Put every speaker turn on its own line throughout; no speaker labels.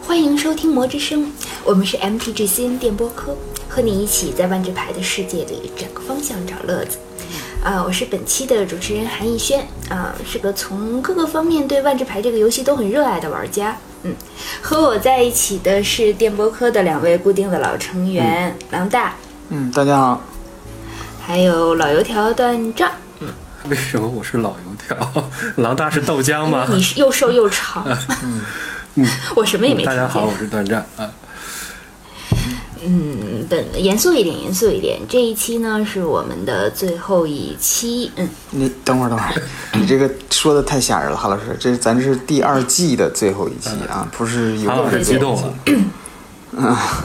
欢迎收听《魔之声》，我们是 MT 之星电波科，和你一起在万智牌的世界里找个方向，找乐子。啊、我是本期的主持人韩逸轩，啊、是个从各个方面对万智牌这个游戏都很热爱的玩家。嗯，和我在一起的是电波科的两位固定的老成员，狼大，
嗯，大家好。
还有老油条断账。
为什么我是老油条？ 狼大是豆浆吗？
你是又瘦又 长， 我什么也没
嗯大
听
家好，
见。
我是段战啊。
嗯，本严肃一点，严肃一点。这一期呢是我们的最后一期，嗯，
你等会儿，等会 儿，你这个说的太吓人了，韩老师，这咱这是第二季的最后一期啊，不是有
嗯韩老师激动了，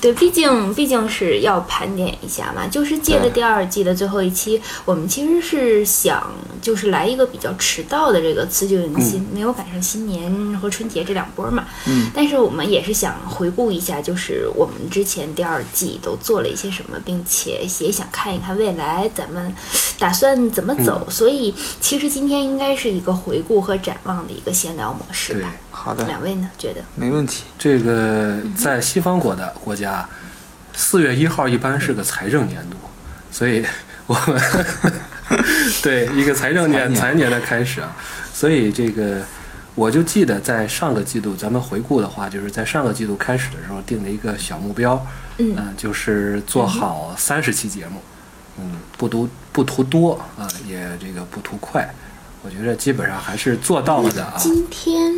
对，毕竟毕竟是要盘点一下嘛，就是借着
对
第二季的最后一期，我们其实是想就是来一个比较迟到的这个辞旧迎新，没有赶上新年和春节这两波嘛。
嗯，
但是我们也是想回顾一下，就是我们之前第二季都做了一些什么，并且也想看一看未来咱们打算怎么走。所以其实今天应该是一个回顾和展望的一个闲聊模式
对
吧。
好的，
两位呢？觉得？
没问题。
这个在西方国的国家，四月一号一般是个财政年度，所以我们 对一个财政年财年的开始啊，所以这个我就记得在上个季度咱们回顾的话，就是在上个季度开始的时候定了一个小目标，
嗯
呃就是做好三十期节目，嗯，不图不图多啊、也这个不图快，我觉得基本上还是做到了的啊。
今天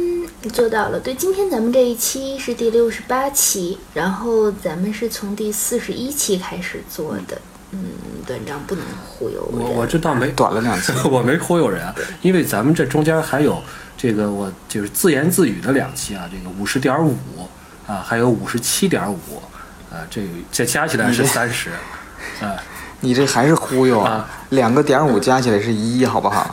做到了，对，今天咱们这一期是第六十八期，然后咱们是从第四十一期开始做的。嗯，短章不能忽悠
我
人。
我这倒没
短了两期
我没忽悠人啊，因为咱们这中间还有这个我就是自言自语的两期啊，这个五十点五啊，还有五十七点五啊，这这加起来是三十啊，
你这还是忽悠啊
啊！嗯
两个点五加起来是一，好不好？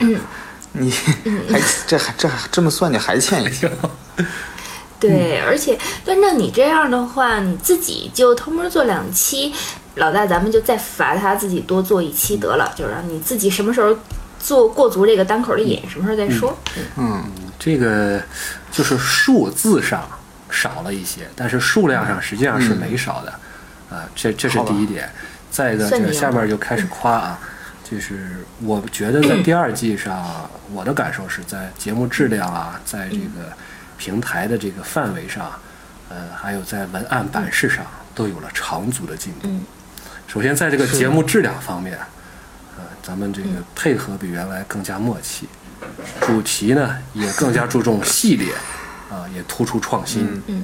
你还这还这还这么算，你还欠一 期。
对，而且端正你这样的话，你自己就偷摸做两期，老大咱们就再罚他自己多做一期得了，就让你自己什么时候做过足这个当口的瘾，什么时候再说。
嗯，
这个就是数字上少了一些，但是数量上实际上是没少的，啊，这这是第一点。再一个，
算
这
你
个
赢
下面就开始夸啊，就是我觉得在第二季上，我的感受是在节目质量啊，在这个平台的这个范围上，呃，还有在文案版式上都有了长足的进步。
嗯
首先，在这个节目质量方面，呃，咱们这个配合比原来更加默契，主题呢也更加注重系列，啊、也突出创新。
嗯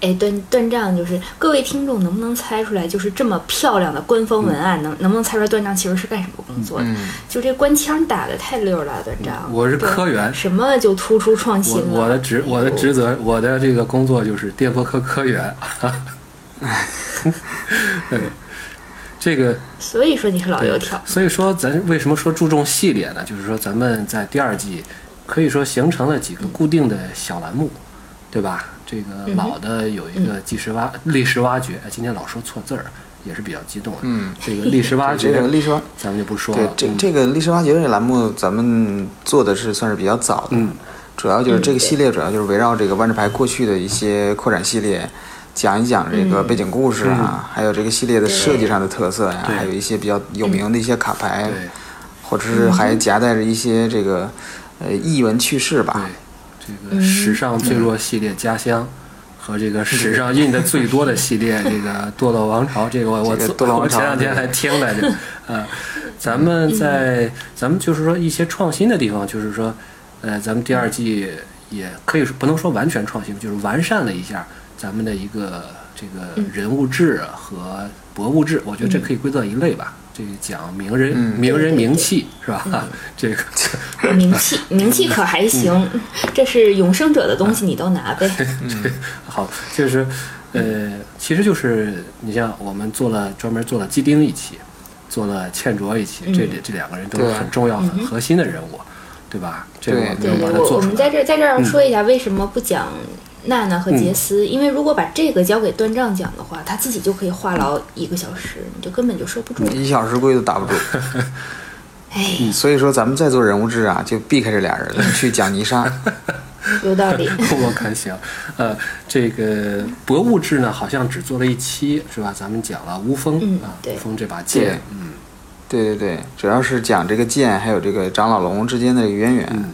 哎，断断账就是各位听众能不能猜出来，就是这么漂亮的官方文
嗯
案，能能不能猜出来断账其实是干什么工作的？
嗯
就这官腔打的太溜了，断账。
我是科员
对，什么就突出创新
我
了？
我的
嗯
职我的职责我的这个工作就是电波科 科员。对，这个
所以说你是老油条。
所以说，咱为什么说注重系列呢？就是说，咱们在第二季可以说形成了几个固定的小栏目，对吧？这
嗯
个老的有一个纪实挖、历史挖掘，哎今天老说错字儿，也是比较激动。
嗯，
这个历史挖
这
掘，
个历史挖，
咱们就不说
对
了。
这
嗯
这个历史挖掘这个栏目，咱们做的是算是比较早的。
嗯，
主要就是这个系列，主要就是围绕这个万智牌过去的一些扩展系列，讲一讲这
嗯
个背景故事啊，还有这个系列的设计上的特色呀、
对
还有一些比较有名的一些卡牌，
对
或者是还夹带着一些这个呃译文趣事吧。嗯
对，这个史上最弱系列《家乡》和这个史上印的最多的系列这个《堕落王朝》，这个我我
这个
自
堕落
我
王朝嗯
前两天还听来着，呃，咱们在咱们就是说一些创新的地方，就是说，呃，咱们第二季也可以说不能说完全创新，就是完善了一下咱们的一个这
嗯
个人物志和博物志，我觉得这可以归到一类吧。这个讲名人、
嗯
名人名气是吧？ 这个
名气名气可还行，
嗯
这是永生者的东西，你都拿 呗。
好，就是，呃，其实就是你像我们做了专门做了基丁一期，做了倩卓一期，这这两个人都是
嗯对嗯
很重要、很核心的人物，对吧？这个我
对
们
对
能把它
我我
做出
们在
来。
这儿在这儿说一下为什么不讲娜娜和
嗯
杰斯，因为如果把这个交给端丈讲的话，他自己就可以话痨一个小时，你就根本就收不住。
嗯
一小时估计都打不住，
哎，
所以说咱们在做人物志啊，就避开这俩人了，去讲泥沙。
有道理。
我看行，呃，这个博物志呢，好像只做了一期，是吧？咱们讲了乌风、
嗯
啊，
对
乌风这把
对
剑，嗯
对对对，主要是讲这个剑还有这个长老龙之间的渊源。
嗯，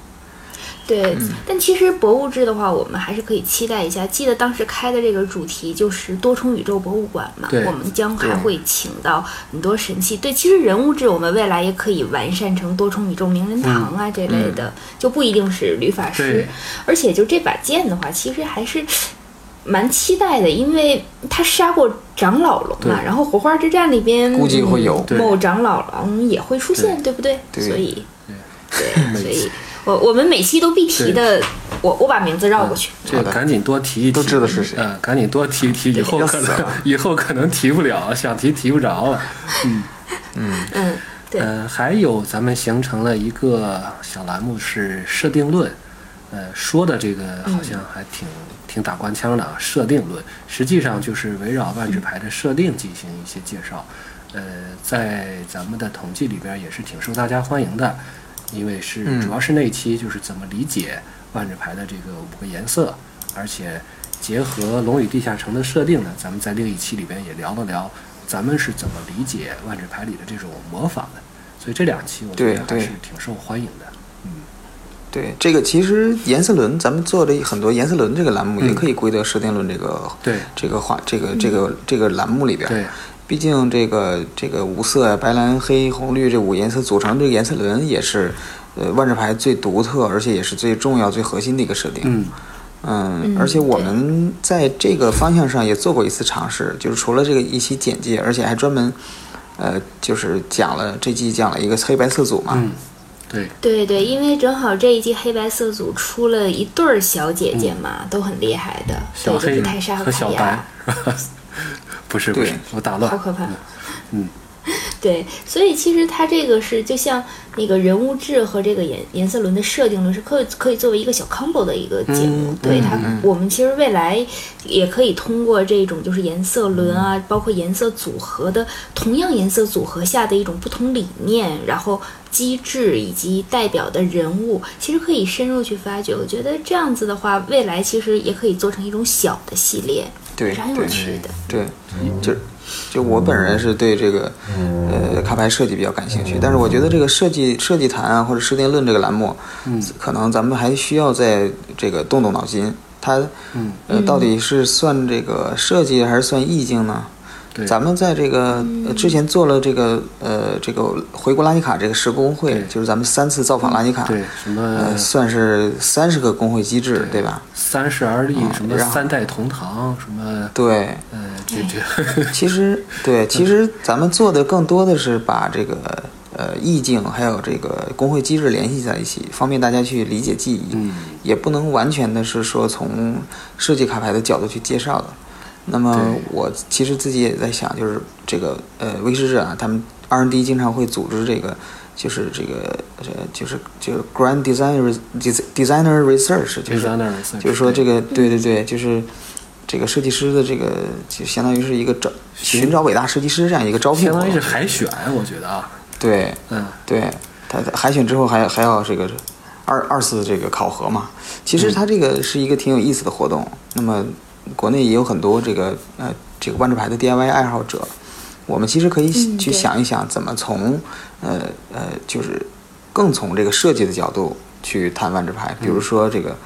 对，但其实博物志的话，我们还是可以期待一下。记得当时开的这个主题就是多重宇宙博物馆嘛，
对
我们将还
对
会请到很多神器。对，其实人物志我们未来也可以完善成多重宇宙名人堂啊、这类的，就不一定是吕法师
对。
而且就这把剑的话，其实还是蛮期待的，因为他杀过长老龙嘛，
对
然后火花之战里边
估计会有
嗯
对
某长老龙也会出现，对不对？
对
所以。
每
对，所
次
以我我们每期都必提的，我我把名字绕过去。
这个赶紧多提一提，
都知道是谁
嗯，赶紧多提一提，以后
要
可
死
能
了
以后可能提不了，想提提不着了。
嗯，对，
呃，还有咱们形成了一个小栏目是设定论，呃，说的这个好像还挺、挺打官腔的啊。设定论实际上就是围绕万智牌的设定进行一些介绍，呃，在咱们的统计里边也是挺受大家欢迎的，因为是
嗯
主要是那一期就是怎么理解万智牌的这个五个颜色，而且结合《龙与地下城》的设定呢，咱们在另一期里边也聊了聊。咱们是怎么理解万智牌里的这种魔法的？所以这两期我觉得
对
还
对
是挺受欢迎的。
对，这个其实颜色轮，咱们做的很多颜色轮这个栏目也
嗯
可以归到设定论这个、
对
这个话这个这个这个栏目里边。
对，
毕竟这个这个无色啊，白蓝黑红绿这五颜色组成这个颜色轮也是，呃，万智牌最独特，而且也是最重要、最核心的一个设定。
嗯，
嗯，
嗯
而且我们在这个方向上也做过一次尝试，就是除了这个一期简介，而且还专门，呃，就是讲了这季讲了一个黑白色组嘛，
嗯，对，
对对，因为正好这一季黑白色组出了一对儿小姐姐嘛，都很厉害的，
嗯小
对，就是
黑
泰莎
和
卡
小白
亚，，
不是不是
对，
我打
好
乱。
可怕。
嗯，
对，所以其实它这个是就像那个人物志和这个颜颜色轮的设定呢，是可以可以作为一个小 combo 的一个节目。
嗯
对
嗯
它，我们其实未来也可以通过这种就是颜色轮啊，包括颜色组合的同样颜色组合下的一种不同理念，然后机制以及代表的人物，其实可以深入去发掘。我觉得这样子的话，未来其实也可以做成一种小的系列，
对
哎
是很有
对
趣的。
对，就就我本人是对这个
嗯
呃卡牌设计比较感兴趣，但是我觉得这个设计设计谈啊或者设定论这个栏目，
嗯
可能咱们还需要在这个动动脑筋，它
嗯，
呃
嗯
到底是算这个设计还是算意境呢？
对，
咱们在这个、呃之前做了这个呃这个回顾拉尼卡这个十个工会
对，
就是咱们三次造访拉尼卡，
对什么
呃算是三十个工会机制对吧？
三十而立，什么
嗯然后
三代同堂，什么
对，
呃，这这
其实对，
嗯
其实咱们做的更多的是把这个呃意境还有这个工会机制联系在一起，方便大家去理解记忆。
嗯
也不能完全的是说从设计卡牌的角度去介绍的。那么
对
我其实自己也在想，就是这个呃威士忌啊，他们 R&D 经常会组织这个。就是这个，呃，就是就是 grand design re- des- designer research，就是
，designer，
就是说这个，对对对，就是这个设计师的这个，就相当于是一个招寻找伟大设计师这样一个招聘
相
活
当于是
动。
海选，我觉得啊，
对
嗯，
对，他他海选之后还还要这个二二次这个考核嘛。其
嗯
实它这个是一个挺有意思的活动。那么国内也有很多这个呃这个万智牌的 DIY 爱好者，我们其实可以
嗯
去
对
想一想怎么从呃呃就是更从这个设计的角度去谈万智牌，比
嗯
如说这个。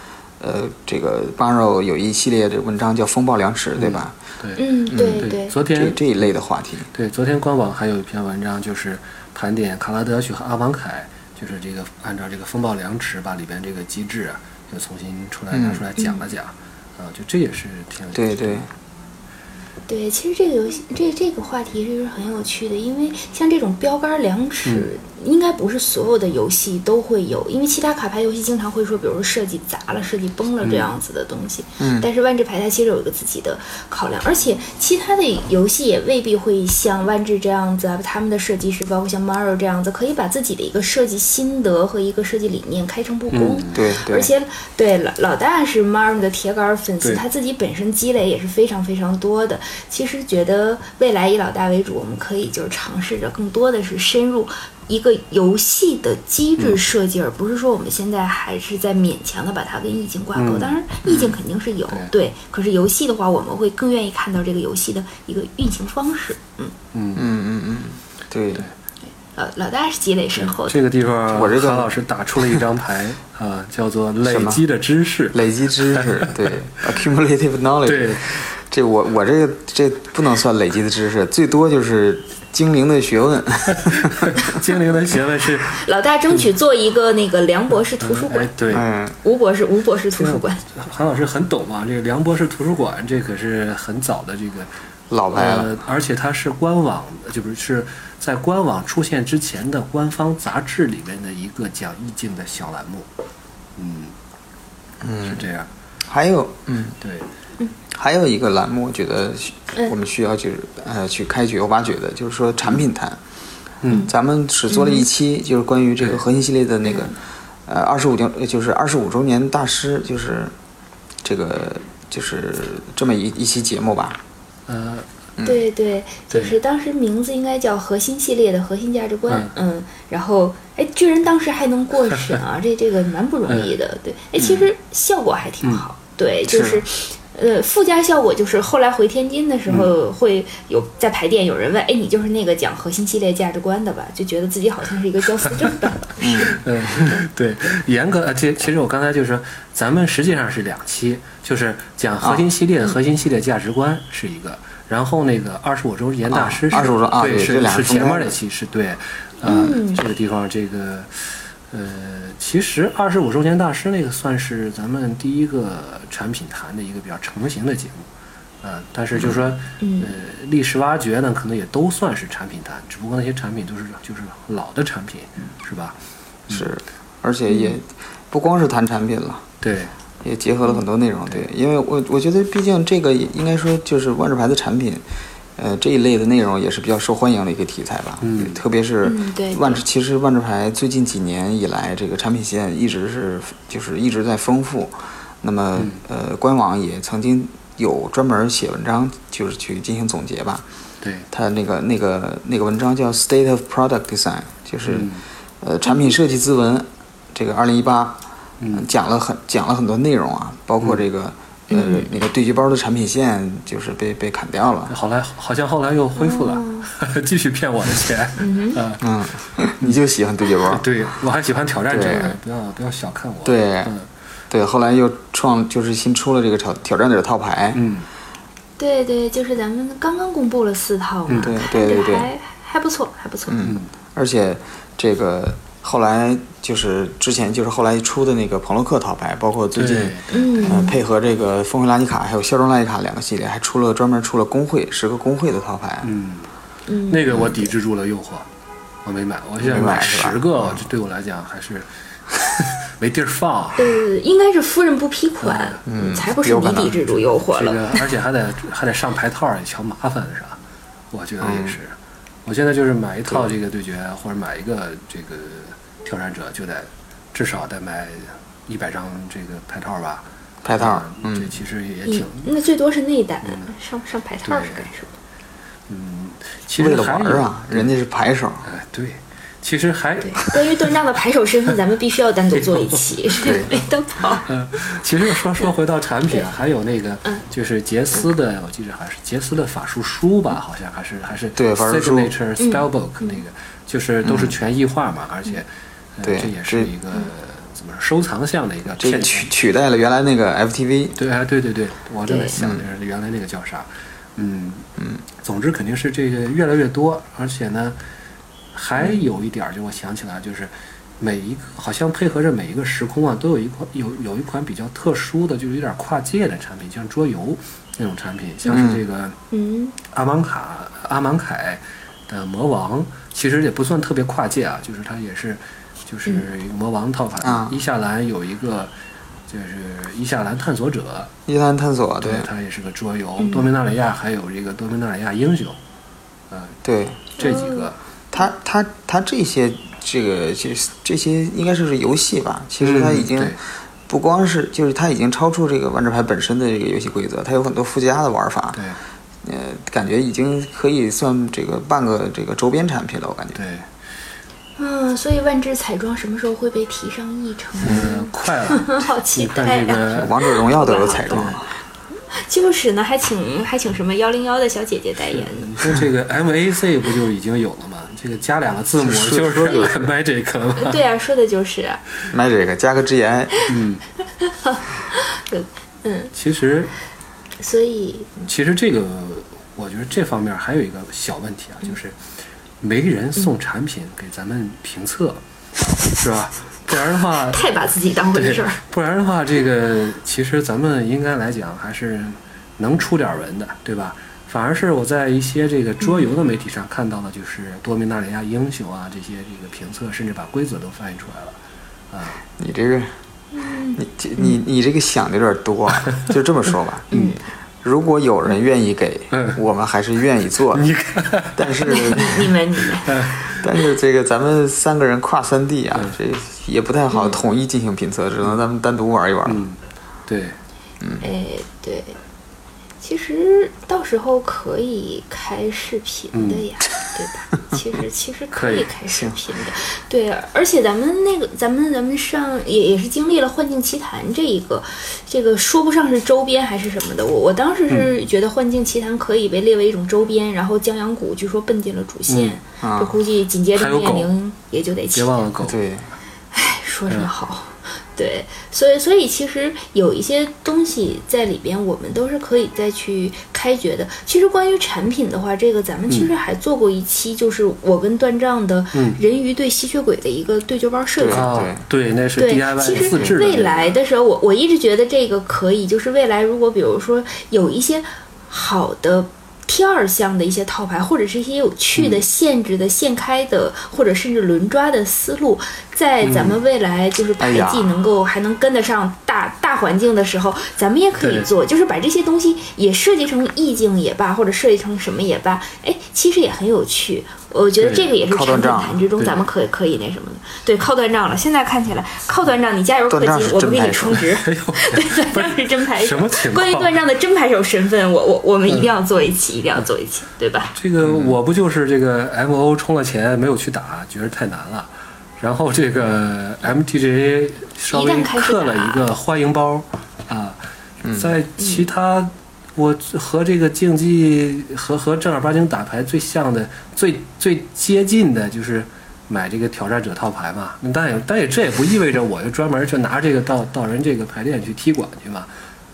呃，这个 Barrow 有一系列的文章叫《风暴量池》，对吧？
对
嗯，对对
对，，昨
这
天
这一类的话题，
对，昨天官网还有一篇文章，就是盘点卡拉德许和阿芒凯，就是这个按照这个风暴量池把里边这个机制啊，又重新出来拿出来讲了讲，啊，就这也是挺有
嗯对
意思的
对，
对，其实这个游戏这这个话题是很有趣的，因为像这种标杆量尺，
嗯
应该不是所有的游戏都会有，因为其他卡牌游戏经常会说，比如说设计砸了、设计崩了这样子的东西。
嗯
但是万智牌它其实有一个自己的考量，而且其他的游戏也未必会像万智这样子啊，他们的设计师，包括像 Mario 这样子，可以把自己的一个设计心得和一个设计理念开诚布公。
嗯
对对。
而且对老老大是 Marvin 的铁杆粉丝，
对
他自己本身积累也是非常非常多的。其实觉得未来以老大为主，我们可以就是尝试着更多的是深入一个游戏的机
嗯
制设计，而不是说我们现在还是在勉强的把它跟意境挂钩。
嗯
当然，意境肯定是有，
对
对。可是游戏的话，我们会更愿意看到这个游戏的一个运行方式。嗯，
嗯，
嗯嗯嗯，对，
老老大是积累深厚的，
这个地方
我这个
韩老师打出了一张 牌啊，叫做累
什么
积的知识。
累积知 识，对 accumulative knowledge，
对，
这我我这个这不能算累积的知识，最多就是精灵的学问。
精灵的学 问是，
老大争取做一个那个梁博士图书
哎
馆，，
对，
嗯，
吴博士吴博士图书馆。
韩老师很懂啊，这个梁博士图书馆这可是很早的这个
老牌了，
呃，而且它是官网，就不是在官网出现之前的官方杂志里面的一个讲意境的小栏目。嗯，是
嗯，
这样。
还有嗯，
对，
还有一个栏目，我觉得需
嗯
我们需要去呃去开掘挖掘的，就是说产品谈。
嗯，
咱们只做了一期，就是关于这个
对
核心系列的那个，呃，二十五周，就是二十五周年大师，就是这个就是这么一一期节目吧。
呃，
嗯
对对，就
对
是当时名字应该叫核心系列的核心价值观，嗯
嗯
然后哎，居然当时还能过审 啊，这这个蛮不容易
嗯
的，对，哎，其实效果还挺好，对，就是
是。
呃，附加效果就是后来回天津的时候，
嗯
会有在排店有人问，哎，你就是那个讲核心系列价值观的吧？就觉得自己好像是一个教思政 的，
嗯，对，严格呃，其其实我刚才就是说，咱们实际上是两期，就是讲核心系列的核心系列价值观是一个，然后那个二十五周年大师是
啊25周啊
对，
对这
是
俩
是
是中
前
间
面那期是对，呃
嗯，
这个地方这个。呃，其实二十五周年大师那个算是咱们第一个产品谈的一个比较成型的节目，呃，但是就是说，
嗯
呃，历史挖掘呢，可能也都算是产品谈，只不过那些产品都是就是老的产品，是吧？嗯
是，而且也不光是谈产品了。
对，
也结合了很多内容，对，因为我我觉得，毕竟这个应该说就是万智牌的产品，呃，这一类的内容也是比较受欢迎的一个题材吧。
嗯
特别是
嗯对
万智，其实万智牌最近几年以来，这个产品线一直是就是一直在丰富。那么，呃，官网也曾经有专门写文章，就是去进行总结吧。
对，
它那个那个那个文章叫《State of Product Design》，就是、
嗯
呃产品设计咨文，这个二零一八，
嗯
讲了很讲了很多内容啊，包括这个、
嗯
呃那个对局包的产品线就是被被砍掉 了。
好来好像后来又恢复了，
哦
继续骗我的钱。嗯、
嗯，你就喜欢啊对局 包？
对我还喜欢挑战这
对
个，不要不要小看我。
对
嗯
对，后来又创就是新出了这个挑挑战者套牌，
嗯，
对对，就是咱们刚刚公布了四套嘛，
对
看
嗯对
着
对对
还还不错，还不错，
嗯，而且这个后来就是之前就是后来出的那个朋洛克套牌，包括最近
对。
嗯
呃，配合这个峰回拉尼卡还有肖装拉尼卡两个系列，还出了专门出了工会十个工会的套牌。
嗯，
嗯
那个我抵制住了诱惑，我没买，我现在
没买是吧
十个，这对我来讲还是 没地儿放。
呃，应该是夫人不批款，
嗯
才不是
有
你
可能
抵制住诱惑
这
了。
个而且还得还得上牌套儿，也瞧麻烦是吧？我觉得也是。
嗯
我现在就是买一套这个对决，或者买一个这个挑战者，就得至少得买一百张这个牌套儿吧。
牌套儿，
这嗯
嗯，
其实也
你
挺，
那最多是内胆，上上牌套是干什么？
嗯，其
为
实
了
还
玩
有嗯
儿，啊，人家是牌手，
哎，对，其实还
对，关于断章的牌手身份，咱们必须要单独做一期，没得跑。
嗯，其实说说回到产品啊，还有那个
嗯
就是杰斯的，我记得还是杰斯的法术书吧，好像还是还是
对法术书
嗯
嗯
signature spellbook 那个，就是都是全异化嘛，而且呃
对
这也
这
是一个
嗯
怎么说收藏项的一个
这
片
取取代了原来那个 FTV。
对啊，对对对，我正在
对
想就是原来那个叫啥，嗯嗯，总之肯定是这个越来越多，而且呢，还有一点儿，就我想起来就是。每一个好像配合着每一个时空啊，都有一款有有一款比较特殊的，就是有点跨界的产品，像桌游那种产品，像是这个
嗯，
阿芒卡阿芒凯的魔王，其实也不算特别跨界啊，就是它也是就是魔王套牌，
啊
伊夏兰有一个就是伊夏兰探索者，
伊兰探索，对嗯
它也是个桌游。多米纳里亚还有这个多米纳里亚英雄，呃，
对，
这几个，
它它它这些这个这这些应该是游戏吧？其实它
嗯
已经
对
不光是就是它已经超出这个万智牌本身的这个游戏规则，它有很多附加的玩法，
对
呃，感觉已经可以算这个半个这个周边产品了，我感觉。
对，
嗯，所以万智彩妆什么时候会被提上议程
嗯，快 了。
呢？好期
你看
待
这
呀、
个，
王者荣耀都有彩妆了，
就是呢，还请还请什么幺零幺的小姐姐代言呢？
你说这个 MAC 不就已经有了吗？这个加两个字母
是
就是说有 magic 了吗？
对啊，说的就是啊，
买这个加个之言，
其实
所以
其实这个，我觉得这方面还有一个小问题啊，
嗯
就是没人送产品给咱们评测，是吧？不然的话，
太把自己当回
对
事儿。，
不然的话，这个其实咱们应该来讲还是能出点文的，对吧？反而是我在一些这个桌游的媒体上看到的，就是多米纳里亚英雄啊这些这个评测，甚至把规则都翻译出来了。
你这个，你这你你这个想的有点多，啊，就这么说吧。嗯，如果有人愿意给，我们还是愿意做的。但是
你们你们，
但是这个咱们三个人跨三地啊，这也不太好统一进行评测，只能咱们单独玩一玩。
嗯，对，嗯
哎，对，其实到时候可以开视频的呀，对吧？ 其实其实可
嗯可
以
以
开视频的，对。而且咱们那个，咱们咱们上也也是经历了《幻境奇谭》这一个，这个说不上是周边还是什么的。我我当时
嗯
是觉得《幻境奇谭》可以被列为一种周边，然后江阳谷据说奔进了主线，
嗯啊
这估计紧接着
还有
面
狗
临也就得起
别忘了狗。
对，
哎说真好。对，所以所以其实有一些东西在里边，我们都是可以再去开掘的。其实关于产品的话，这个咱们其实还做过一期，就是我跟段丈的人鱼对吸血鬼的一个对就包设计。
啊，对，那是
对，其
DIY 自
实
制的那
未
个。
来的时候，我我一直觉得这个可以，就是未来如果比如说有一些好的。T 二项的一些套牌，或者是一些有趣
嗯
的限制的、现开的，或者甚至轮抓的思路，在
嗯
咱们未来就是牌
哎呀
技能够还能跟得上大大环境的时候，咱们也可以
对
做，就是把这些东西也设计成意境也罢，或者设计成什么也罢，哎，其实也很有趣。我觉得
对
这个也是
靠
产品
断账
谈之中
对
咱们可以可以那什么的，对，靠断账了。现在看起来靠断账，你加油氪
断账
金，
是
我们给你
真牌手
充值。
哎呦，
对，断账是真牌手
什。么情况？
关于断账的真牌手身份，我我我们一
嗯
定要做一期，一定要做一期，对吧？
这个我不就是这个 M O 充了钱没有去打，觉得太难了，然后这个 M T J 稍微
一旦开始打
刻了一个欢迎包啊，在其他我和这个竞技和和正儿八经打牌最像的、最最接近的就是。买这个挑战者套牌嘛，但也但也这也不意味着我就专门就拿这个到到人这个牌店去踢馆去嘛，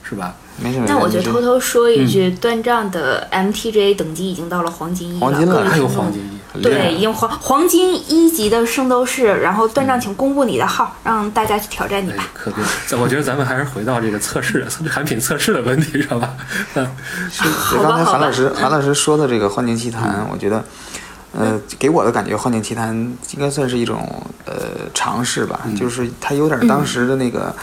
是吧？
没什么。
那我就
没事
偷偷说
嗯
一句，断账的 MTJ 等级已经到了黄金一
黄金了
各位
还有
听众
黄金一，
对，已经黄黄金一级的圣斗士，然后段丈，请公布你的号，让大家去挑战你
哎
吧。，
可 别！咱我觉得咱们还是回到这个测试的产品测试的问题上吧。嗯，
好
哎刚
吧，
才
好
韩
吧
老，师韩老师说的这个《幻境奇谭》，我觉得，呃，给我的感觉，《幻境奇谭》应该算是一种呃尝试吧，
嗯
就是它有
嗯
点当时的那个。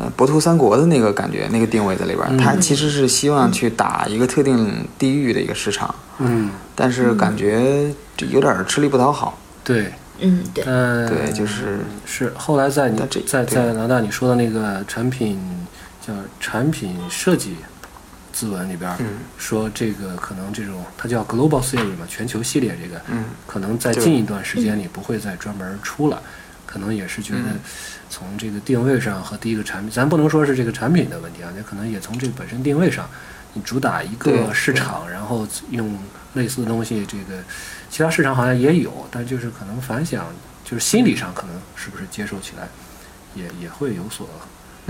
呃，博图三国的那个感觉，那个定位在里边儿，
嗯
它其实是希望去打一个特定地域的一个市场，
嗯，
但是感觉这有点儿吃力不讨好。
对，
嗯，对，
嗯，
对，就是
是后来在你
那这
在
对
在老大你说的那个产品叫产品设计字文里边儿
嗯
说这个可能这种它叫 global series 嘛，全球系列这个，
嗯
可能在
就
近一段时间里不会再专门出了，可能也是觉得
嗯
从这个定位上和第一个产品，咱不能说是这个产品的问题啊，那可能也从这个本身定位上，你主打一个
对
市场，然后用类似的东西，这个其他市场好像也有，但就是可能反响就是心理上可能是不是接受起来也也会有所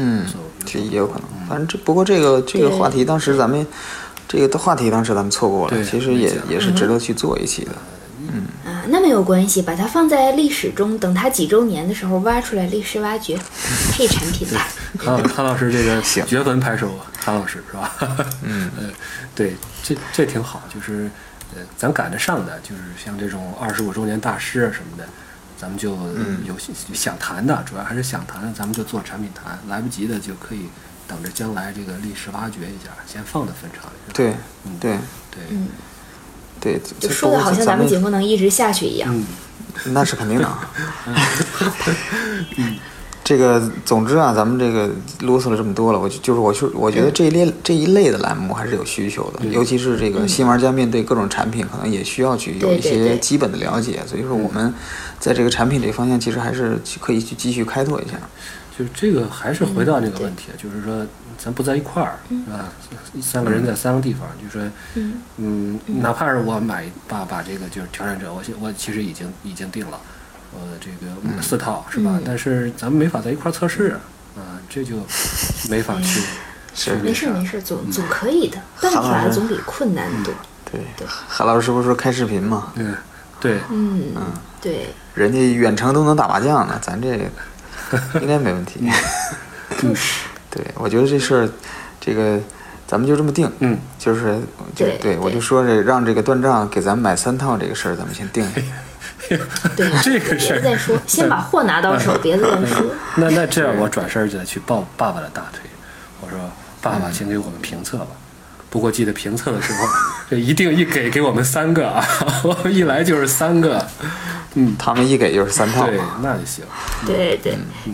嗯
有所，
这也有可能。反正这不过这个这个话题，当时咱们这个话题当时咱们错过了，
对
其实也
没讲
也是值
嗯
得去做一期的。嗯
啊，那没有关系，把它放在历史中，等它几周年的时候挖出来，历史挖掘，配产品吧。
韩老啊韩老师这个
行
绝坟拍手啊，韩老师是吧？嗯，呃，对，这这挺好，就是呃，咱赶得上的，就是像这种二十五周年大师啊什么的，咱们就
嗯
有、想谈的，主要还是想谈的，咱们就做产品谈，来不及的就可以等着将来这个历史挖掘一下，先放在坟场里。是吧
对
嗯
对
对，
对，
就
这
说的
包括
好像咱
咱
们 节目 能一直下去一样。
嗯，
那是肯定的。啊嗯这个，总之啊，咱们这个啰嗦了这么多了，我就就是我是我觉得这一类这一类的栏目还是有需求的，尤其是这个新玩家面对各种产品，可能也需要去有
嗯对
一
对
些
对嗯
基本的了解。所以说，我们在这个产品这方向，其实还是去可以去继续开拓一下。
就是这个还是
嗯
回到这个问题，就是说咱不在一块儿，是吧？三个人在三个地方，就是说，
嗯
嗯，哪怕是我买把把这个就是挑战者，我现我其实已经已经定了，呃，这个四套是吧
嗯？
但是咱们没法在一块儿测试啊，这就没法去。
是
去
嗯没
那
事
啥
没事，总总可以的，办
韩老
法
师
总比困难多。
对
对，
韩老师不是说开视频嘛，
嗯，对，
嗯，对，
人家远程都能打麻将呢，咱这个应该没问题。
嗯 就是
对，我觉得这事儿，这个咱们就这么定。
嗯，
就是就
对
对，我
对
就说这让这个断账给咱们买三套这个事儿，咱们先定。
对，
这个事
别
儿
再说，先把货拿到手，别乱说。
那那这样，我转身就去抱爸爸的大腿，我说：“爸爸，请给我们评测吧。不过记得评测的时候， 这一定一给给我们三个啊， 我们一来就是三个。
他们一给就是三套
对
嘛。，
那就行。
对对，嗯，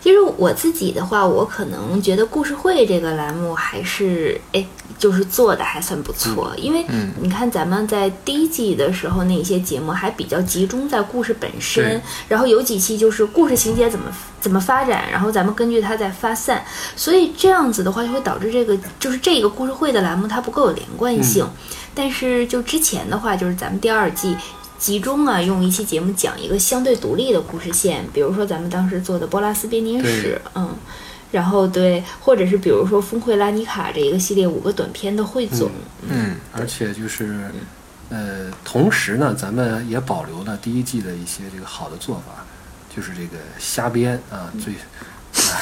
其实我自己的话，我可能觉得故事会这个栏目还是哎，就是做的还算不错，因为
嗯
你看咱们在第一季的时候那一些节目还比较集中在故事本身
对，
然后有几期就是故事情节怎么怎么发展，然后咱们根据它再发散，所以这样子的话就会导致这个就是这个故事会的栏目它不够有连贯性。但是就之前的话，就是咱们第二季集中啊，用一期节目讲一个相对独立的故事线，比如说咱们当时做的波拉斯编年史
对，
嗯，然后对，或者是比如说《峰会拉尼卡》这一个系列五个短片的汇总，
嗯，
而且就是，呃，同时呢，咱们也保留了第一季的一些这个好的做法，就是这个瞎编啊，最、啊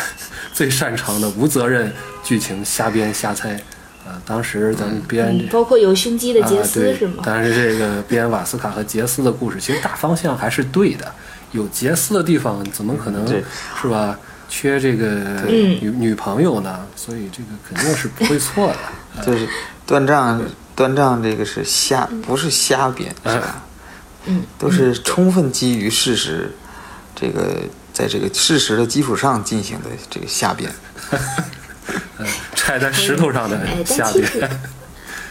最擅长的无责任剧情瞎编瞎猜。啊，当时咱们编这、
嗯包括有胸肌的杰斯、
啊、对
是吗？
但是这个编瓦斯卡和杰斯的故事，其实大方向还是对的。有杰斯的地方，怎么可能
对
是吧？缺这个
嗯
女女朋友呢？所以这个肯定是不会错 的。
嗯
就是断账，断账这个是瞎，不是瞎编，是吧？
嗯，
都是充分基于事实，这个在这个事实的基础上进行的这个瞎编。
呃踩在石头上的
哎，但
下
其
边，
实，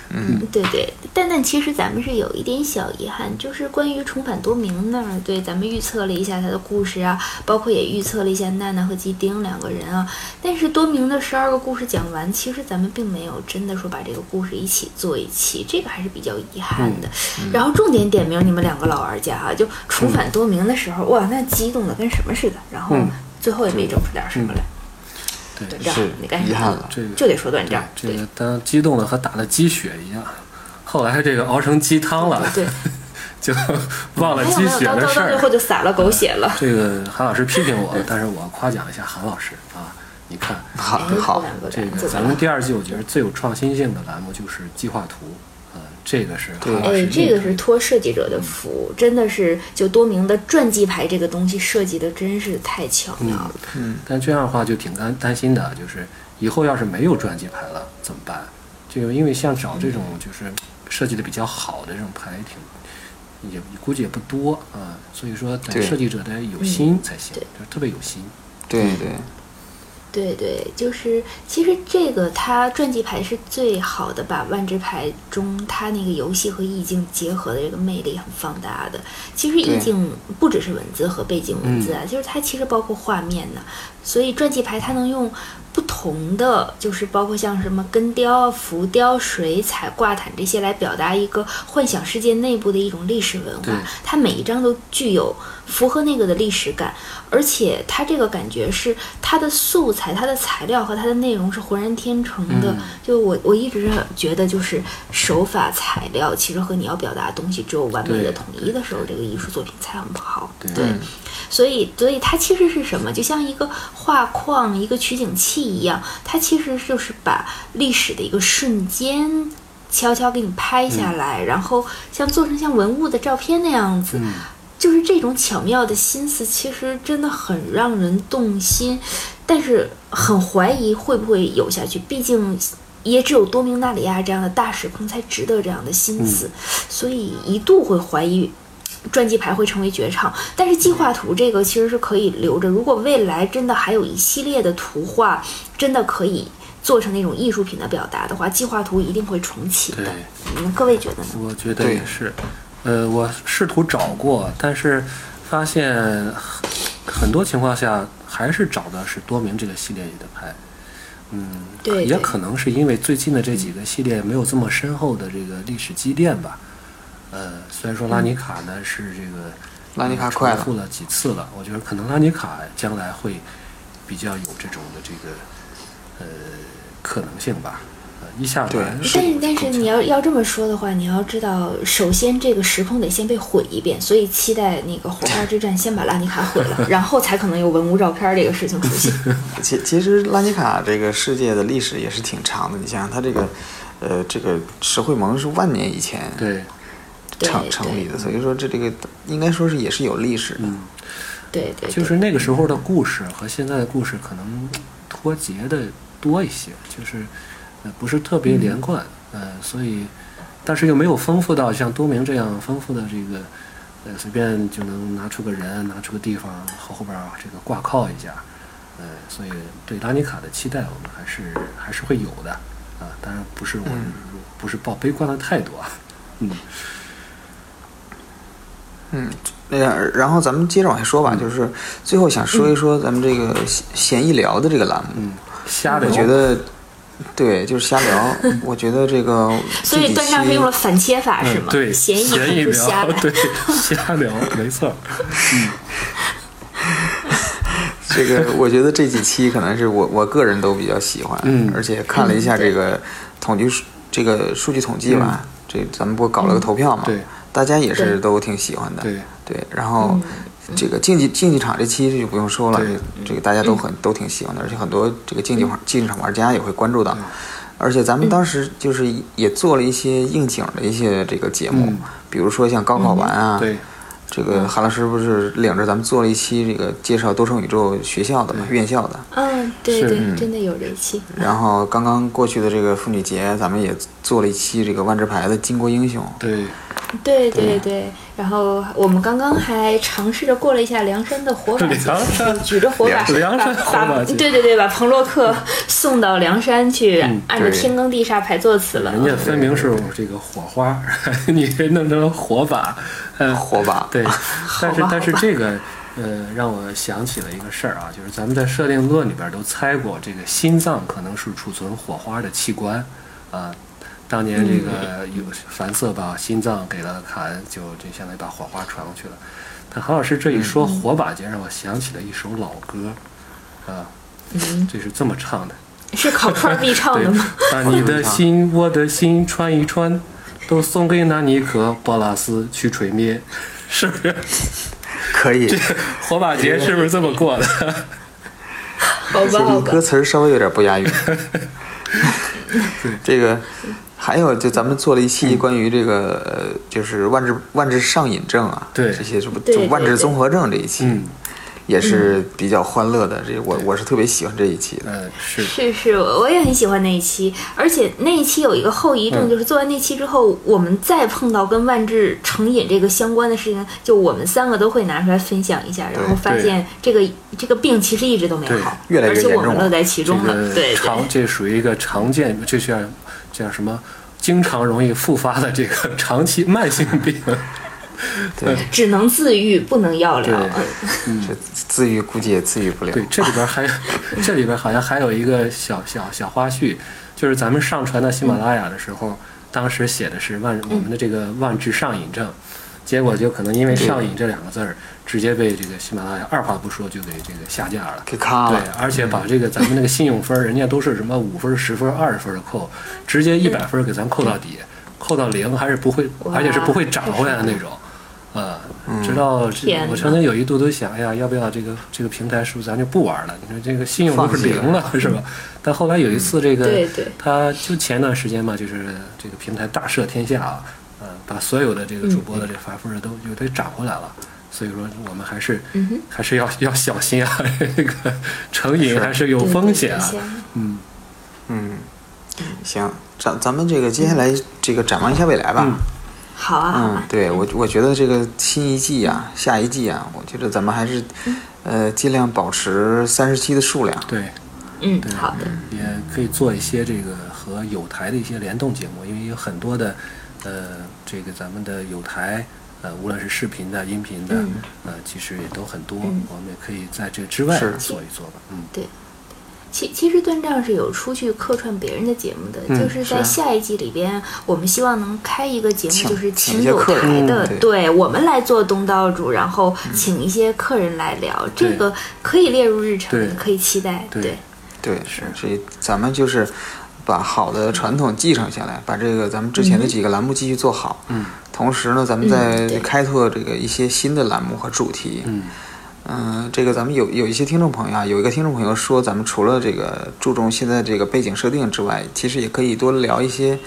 嗯，对对，但但其实咱们是有一点小遗憾，就是关于重返多明那儿，对，咱们预测了一下他的故事啊，包括也预测了一下娜娜和基丁两个人啊，但是多明的十二个故事讲完，其实咱们并没有真的说把这个故事一起做一期，这个还是比较遗憾的。
嗯
然后重点点名你们两个老玩家啊，就重返多明的时候，哇，那激动的跟什么似的，然后
嗯
最后也没整出点什么来，
对
断账
是
你干什
遗
么
憾了
这个
就得说断
对
账，
这
对。
个当激动的和打了鸡血一样。后来这个熬成鸡汤了，
对，
就忘了
没有没
鸡
有，
血
到
的
到
事
到
儿
最。后就洒了狗血了。
这个韩老师批评我，但是我夸奖一下韩老师啊，你看。
好，
哎
好，
两
这
人
个
怎么
咱
了
们第二季我觉得最有创新性的栏目就是计划图，啊、这个是
对
韩老
哎
师，
这个是
力推
托设计者的福，真的是就多明的传记牌这个东西设计的真是太巧妙了。
但这样的话就挺担担心的，就是以后要是没有传记牌了怎么办？这个因为像找这种就是设计的比较好的这种牌挺，也估计也不多啊，所以说
对
等设计者得有心才行，
嗯对
就是特别有心。
对对，
对对，就是其实这个它传记牌是最好的，把万智牌中它那个游戏和意境结合的这个魅力很放大的。其实
对
意境不只是文字和背景文
嗯
字啊，就是它其实包括画面呢、所以传记牌它能用不同的，就是包括像什么根雕啊、浮雕、水彩、挂毯这些来表达一个幻想世界内部的一种历史文
对
化。它每一张都具有符合那个的历史感，而且它这个感觉是它的素材、它的材料和它的内容是浑然天成的。
嗯
就我我一直觉得，就是手法、材料其实和你要表达的东西只有完美的
对
统一的时候，这个艺术作品才很好。
对
对，所以，所以它其实是什么？就像一个画框、一个取景器一样，它其实就是把历史的一个瞬间悄悄给你拍
嗯
下来，然后像做成像文物的照片那样子。
嗯
就是这种巧妙的心思，其实真的很让人动心，但是很怀疑会不会有下去。毕竟也只有多明啊
嗯
纳里亚这样的大时空才值得这样的心思，所以一度会怀疑传记牌会成为绝唱，但是计划图这个其实是可以留着。如果未来真的还有一系列的图画，真的可以做成那种艺术品的表达的话，计划图一定会重启的
对。
嗯，各位觉得呢？
我觉得
对
也是。呃，我试图找过，但是发现很很多情况下还是找的是多明这个系列里的牌。嗯，
对
也
对
可能是因为最近的这几个系列没有这么深厚的这个历史积淀吧。呃，虽然说拉尼卡呢是这个
嗯拉尼卡
呃
快
重
了
复了几次了，我觉得可能拉尼卡将来会比较有这种的这个呃可能性吧。呃，一下
对
来
但是但是你要要这么说的话，你要知道，首先这个时空得先被毁一遍，所以期待那个火花之战先把拉尼卡毁 了，然后才可能有文物照片这个事情出现。
其其实拉尼卡这个世界的历史也是挺长的，你想想它这个，呃，这个石惠盟是万年以前
对，
成
对
成立的，所以说这这个应该说是也是有历史的。
嗯。
对对，对
就是那个时候的故事和现在的故事可能脱节的多一些，就是呃不是特别连
嗯
贯，呃，所以但是又没有丰富到像多明这样丰富的这个呃随便就能拿出个人拿出个地方和后边儿啊这个挂靠一下，呃，所以对拉尼卡的期待我们还是还是会有的啊，当然不是我、
嗯
不是抱悲观的态度啊，嗯，
嗯，那样然后咱们接着往下说
嗯
吧，就是最后想说一说咱们这个闲闲医疗的这个栏目，
嗯，瞎的
我
哦
觉得。对，就是瞎 聊。我觉得这个
所以段
上
章是用了反切法是吗？
嗯、对，
嫌疑
闲
不
聊，
是瞎来。
对，瞎聊，没 错儿。
这个我觉得这几期可能是我我个人都比较喜欢，
嗯
而且看了一下这个统计数这个数据统计吧，这咱们不搞了个投票嘛，
嗯对
大家也是
对
都挺喜欢的，
对
对然后这个竞技竞技场这期就不用说了
对，嗯
这个大家都很都挺喜欢的，而且很多这个竞技玩竞技场玩家也会关注到。而且咱们当时就是也做了一些应景的一些这个节目，
嗯
比如说像高考完啊，
对，
这个韩老师不是领着咱们做了一期这个介绍多重宇宙学校的嘛，院校的。
嗯，对
是
对
嗯，
真的有这一期。
然后刚刚过去的这个妇女节，咱们也做了一期这个万智牌的巾帼英雄。
对，
对对对，然后我们刚刚还尝试着过了一下梁山的火把节，
梁山
举着火把，
梁山
把
火把
把
节
对对对，把彭洛
嗯
克送到梁山去，按照
对
天罡地煞排座次了。
人家分明是这个火花， 你这弄成火把，呃，
火把
对，但是
好吧
但是这个。呃，让我想起了一个事儿啊，就是咱们在设定论里边儿都猜过，这个心脏可能是储存火花的器官，啊、当年这个有凡瑟把心脏给了卡恩，就这相当于把火花传过去了。但韩老师这一说火把节，让我想起了一首老歌，啊，
嗯，
这是这么唱的，
是烤串儿必唱
对
的吗？，
把你 的心，我的心穿一穿，都送给纳尼可波拉斯去锤灭，是不 是？
可以，
火把节是不是这么过的？
好吧好吧
歌，词儿稍微有点不押韵。 这个还有，就咱们做了一
嗯
期关于这个、呃，就是万智万智上瘾症啊，
对
这些什么
对
就万
对
智
对嗯
综合症这一期，
嗯，
也是比较欢乐的。这我我是特别喜欢这一期的。
呃， 是
是是，我也很喜欢那一期，而且那一期有一个后遗症，
嗯
就是做完那期之后，我们再碰到跟万智成瘾这个相关的事情，就我们三个都会拿出来分享一下，然后发
对
现这个这个病其实一直都没
对
好，
越来越
而且
严
我们
重了
乐在其
这
中了，
个
对对
常，这属于一个常见，这叫叫什么？经常容易复发的这个长期慢性病，
只能自愈，不能药疗。
对
嗯
这自愈估计也自愈不了。
对，这里边还 这里边好像还有一个小小小花絮，就是咱们上传到喜马拉雅的时候，当时写的是万我们的这个万智上瘾症，结果就可能因为“上瘾”这两个字儿，直接被这个喜马拉雅二话不说就给这个下架了。
给咔
对
了，，
而且把这个咱们那个信用分儿，人家都是什么五分儿、十分儿、二十分儿的扣，直接一百分儿给咱扣到底，扣到零还是不会，
嗯哇
而且是不会涨回来的那种。呃，直到这
天，哪
我曾经有一度都想，哎呀，要不要这个这个平台是不是咱就不玩了？你说这个信用都是零了，是吧？但后来有一次，这个
对对
他就前段时间嘛，就是这个平台大赦天下啊，呃，把所有的这个主播的这罚分儿都又得涨回来了。所以说，我们还是、还是要 要小心啊，这个成瘾还是有风险啊。嗯，
嗯，行，咱咱们这个接下来这个展望一下未来吧。
嗯
好啊，好
嗯
啊，，
对我我觉得这个新一季啊，下一季啊，我觉得咱们还是，呃，尽量保持三十期的数量。
对，
嗯，
对
好的，
也可以做一些这个和有台的一些联动节目，因为有很多的，呃，这个咱们的有台，呃，无论是视频的、音频的，呃，其实也都很多，我们也可以在这之外
是
做一做吧，嗯，
对。其其实段丈是有出去客串别人的节目的，
嗯
就是在
是啊
下一季里边，我们希望能开一个节目，
请
就是
请
请
一些
有
客人
台的，
嗯对嗯
我们来做东道主，然后请一些客人来聊，这
对
个可以列入日程
对，
可以期待，
对
对
对，是，所以咱们就是把好的传统继承下来，把这个咱们之前的几个栏目继续做好。
嗯，
同时呢，咱们
嗯
再
对
开拓这个一些新的栏目和主题。
嗯，
嗯、这个咱们有有一些听众朋友啊，有一个听众朋友说，咱们除了这个注重现在这个背景设定之外，其实也可以多聊一些，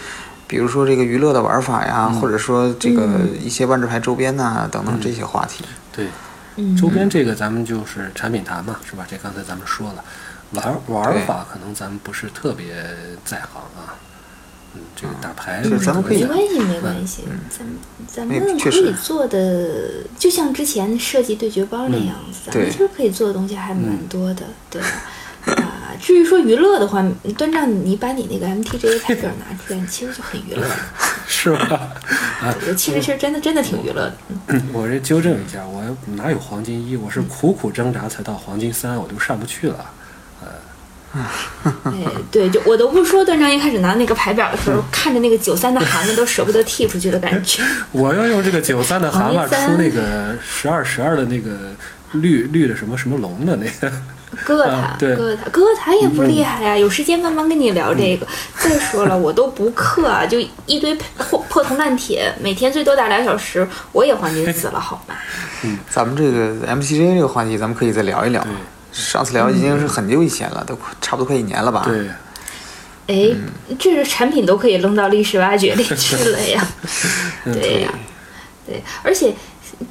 比如说这个娱乐的玩法呀，
嗯
或者说这个一些万智牌周边呐、等等这些话题。
对，
嗯
周边这个咱们就是产品谈嘛，是吧？这刚才咱们说了，玩玩法可能咱们不是特别在行啊，嗯，这个打牌
是
不是
哎咱们
特
可以嗯
别
没
在行
关系，没关系，咱们咱
那
们
确
可
实
以做的，就像之前设计对决包那样子，咱们
嗯对嗯
其实可以做的东西还蛮多的，对。啊，至于说娱乐的话，端丈，你把你那个 MTJ 牌表拿出来，其实就很娱乐 了。
是吧？
啊
我觉得
嗯
其实其实真的真的挺娱乐 的。
我这纠正一下，我哪有黄金一？
嗯
我是苦苦挣扎才到黄金三，我都上不去了。
哎，对，就我都不说，端丈一开始拿那个牌表的时
嗯
候，看着那个九三的函子都舍不得剔出去的感觉。
我要用这个九三的蛤蟆
黄金三
出那个十二十二的那个绿绿的什么什么龙的那个，
哥
啊
他，
对嗯
哥他，哥他也不厉害呀、有时间慢慢跟你聊这个。再说了，我都不氪啊，就一堆破破铜烂铁，每天最多打俩小时，我也黄金死了，好吗？
咱们这个 MCJ 这个话题，咱们可以再聊一聊
对。
上次聊已经是很久以前了，都快差不多快一年了吧？
对，
哎，这个产品都可以扔到历史挖掘里去了呀，
嗯
对呀、对，而且。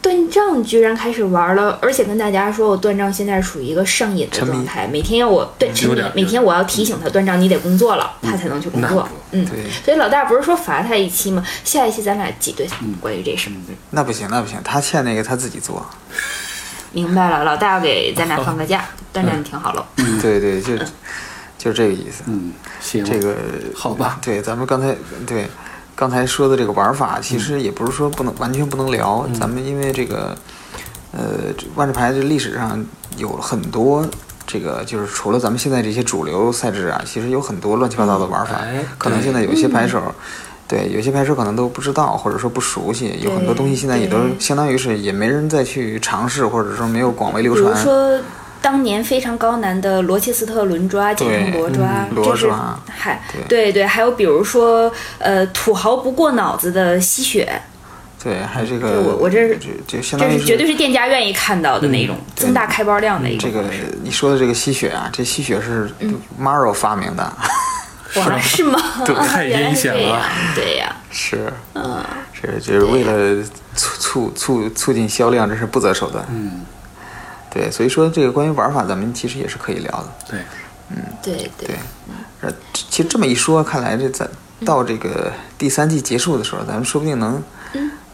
断账居然开始玩了，而且跟大家说，我断账现在属于一个上瘾的
沉迷
状态，每天要我对沉
有
迷
嗯点，
每天我要提醒他断账，你得工作了，他才能去工
那
作
不。
嗯，
对，
所以老大不是说罚他一期吗？下一期咱俩挤兑他
嗯
关于这事儿。
那不行，那不行，他欠那个他自己做。
明白了，老大给咱俩放个假，段长你听好了。
对对，就就这个意思。
嗯，行，
这个
好 吧
哦
对，咱们刚才对刚才说的这个玩法，
嗯
其实也不是说不能完全不能聊，咱们因为这个呃，这万智牌这历史上有很多。这个就是除了咱们现在这些主流赛制啊，其实有很多乱七八糟的玩法，
嗯
哎
可能
对
现在有些牌手，对有些牌手可能都不知道或者说不熟悉，有很多
对
东西现在也都
对
相当于是也没人再去尝试，或者说没有广为流
比如
传。
说当年非常高难的罗切斯特轮抓、简称罗抓，
嗯
这是
罗抓
还
对
对对，还有比如说呃土豪不过脑子的吸血，
对，还这个
对我我这是
这这相
这
当于嗯
是绝对是店家愿意看到的那种增大开包量的一
这
种
个
方式。
你说的这个吸血啊，这吸血是 Maro 发明的，
哇，是吗？
对 太
原来
阴
是
险
这样
了，啊
对呀。
是，是就是为了促促促促进销量，这是不择手段。
嗯，
对，所以说这个关于玩法，咱们其实也是可以聊的。
对，
对对
对，呃，这其实这么一说，看来这咱到这个第三季结束的时候，咱们说不定能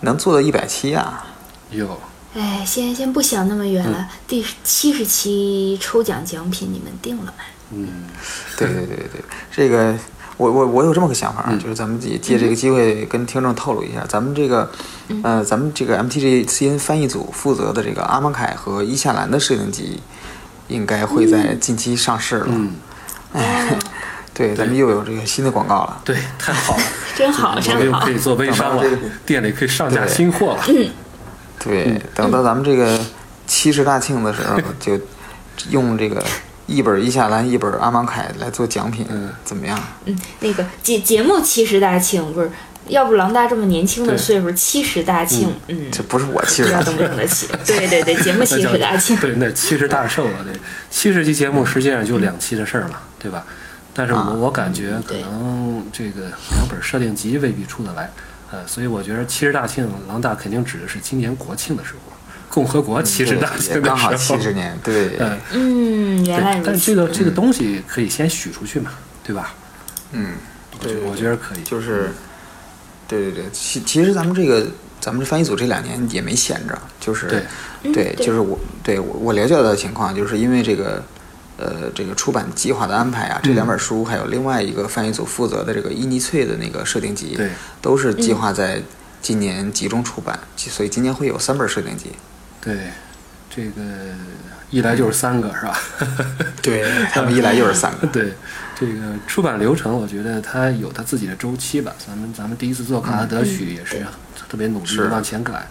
能做到一百期啊。
有，
哎，先先不想那么
嗯
远了，第七十期抽奖奖品你们定了吗？
嗯，
对对对对，这个我我我有这么个想法啊，
嗯
就是咱们也借这个机会跟听众透露一下，咱们这个，
嗯
呃，咱们这个 MTGCN 翻译组负责的这个阿芒凯和伊夏兰的摄影集，应该会在近期上市了。哎
嗯，
对，咱们又有这个新的广告了。
对，太好了，
真好，
我们
真
又
好嗯
可。以做微商
等到这个
了，店里可以上架
对
新货 了，嗯
对，等到咱们这个七十大庆的时 候，就用这个一本伊夏兰，一本阿芒凯来做奖品
嗯，
怎么样？
嗯，那个节节目七十大庆不是，要不狼大这么年轻的
对
岁数，七十大庆，嗯，
这不是我七
不知
十大
道
庆
能不能得 起。对对对，节目
那
七
叫
十大庆，
对，那七十大寿了，对，七十期节目实际上就两期的事儿嘛，对吧？但是我、
啊
我感觉可能这个两本设定集未必出得来，呃，所以我觉得七十大庆狼大肯定指的是今年国庆的时候，共和国七十大
嗯对也
庆的
刚
时 候，
好七十年，嗯对，
呃，
嗯，原来
对，
如
但这
此。
个这个东西可以先许出去嘛，对吧？
嗯，
我觉得我觉得可以，
就是对对对，其其实咱们这个咱们这翻译组这两年也没闲着，就是
对
对
嗯对
就是我对我我了解到的情况，就是因为这个呃这个出版计划的安排啊，这两本书还有另外一个翻译组负责的这个伊尼翠的那个设定集，
对
都是计划在今年集中出版，其所以今年会有三本设定集。
对，这个一来就是三个是吧？
对他们一来又是三个，
对，这个出版流程，我觉得它有它自己的周期吧。咱们咱们第一次做《卡拉德许》也是特别努力
是
地往前赶，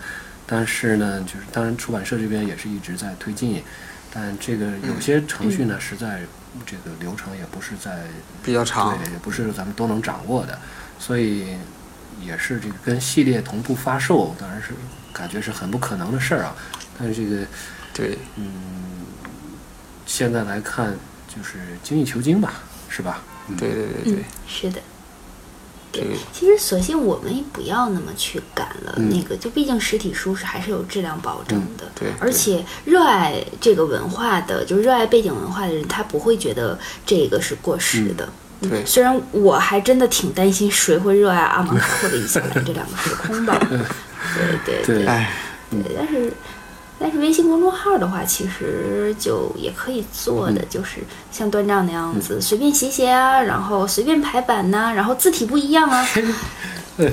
但是呢，就是当然出版社这边也是一直在推进，但这个有些程序呢，实在这个流程也不是在
比较长。
对，也不是咱们都能掌握的，所以也是这个跟系列同步发售，当然是感觉是很不可能的事儿啊。但是这个
对，
嗯，现在来看就是精益求精吧，是吧？嗯
对对对
嗯
对，，
是的。
这个
其实，索性我们也不要那么去赶了。
嗯
那个，就毕竟实体书是还是有质量保证的，
嗯对
而且热爱这个文化的，就是热爱背景文化的人，他不会觉得这个是过时的。嗯
对
虽然我还真的挺担心谁会热爱阿芒克的《异 想蓝》这两个时空吧，对对
对
哎，
嗯
对，但是但是微信公众号的话，其实就也可以做
嗯
的，就是像断章那样子，随便写写啊，然后随便排版呐、然后字体不一样 啊。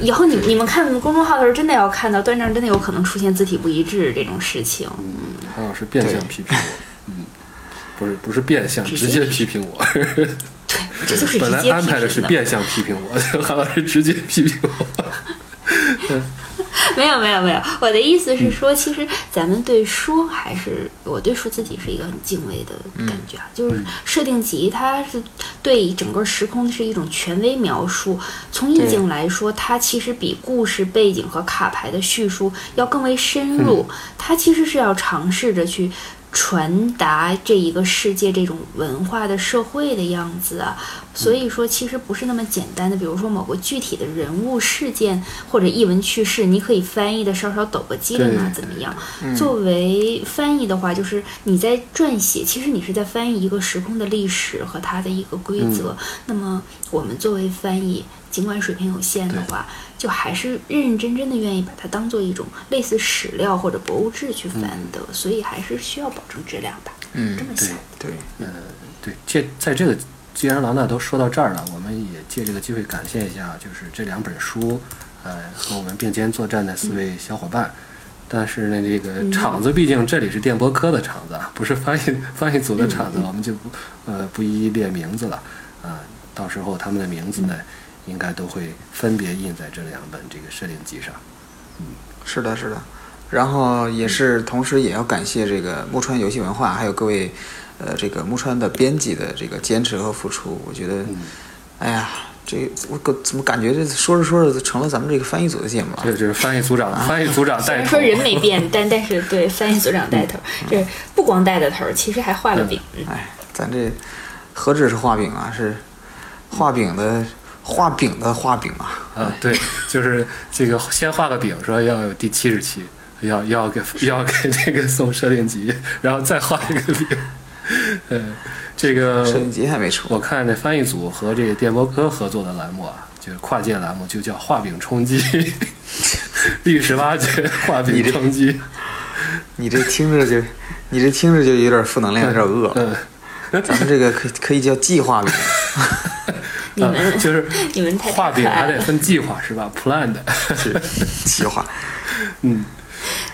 以后你你们看公众号的时候，真的要看到断章真的有可能出现字体不一致这种事情。
嗯韩老师变相批评我，嗯，不是不是变相，
直
直
接
接批评我。
对，这就是直
本来
接
安
批
排的是
评的。
变相批评我， 韩老师直接批评我。
没有没有没有，我的意思是说，其实咱们对书还是我对书自己是一个很敬畏的感觉啊，就是设定集它是对整个时空是一种权威描述，从意境来说，它其实比故事背景和卡牌的叙述要更为深入，它其实是要尝试着去。传达这一个世界这种文化的社会的样子啊，所以说其实不是那么简单的，比如说某个具体的人物、事件或者译文趣事，你可以翻译的稍稍抖个机灵啊，
对
怎么样？作为翻译的话，就是你在撰写，其实你是在翻译一个时空的历史和它的一个规则。那么我们作为翻译，尽管水平有限的话，就还是认认真真的愿意把它当做一种类似史料或者博物志去翻的，所以还是需要保证质量吧。
嗯
这么
对
想。
对，
呃，对，借在这个，既然郎大都说到这儿了，我们也借这个机会感谢一下，就是这两本书，呃，和我们并肩作战的四
嗯
位小伙伴。但是呢，这个场子毕竟这里是电波科的场子啊，不是翻译翻译组的场
嗯
子，我们就不呃不一一列名字了啊、到时候他们的名字
嗯
呢，应该都会分别印在这两本这个设定集上。
是的，是的。然后也是，同时也要感谢这个木川游戏文化，还有各位，呃，这个木川的编辑的这个坚持和付出。我觉得，
嗯
哎呀，这我个怎么感觉这说着说着成了咱们这个翻译组的节目
这
了？
个就是翻译组长，翻译组长
虽
带
然
头
说。人没变，但但是对翻译组长带头，这不光带的头，其实还画了饼。
哎，咱这何止是画饼啊，是画饼的画饼的画饼啊！
啊，对，就是这个先画个饼，说要有第七十期，要要给要给这个送设定集，然后再画一个饼。嗯，这个
摄影集还没出，
我看这翻译组和这个电波科合作的栏目啊，就是跨界栏目，就叫“画饼充饥”，历史挖掘，画饼充饥。
你这听着就，你这听着就有点负能量，有点饿了。
嗯，
咱们这个可以可以叫计划饼，
你们、
啊就是
你们太
画饼
可爱
还
了
得分计划是吧？planned。
是计 划。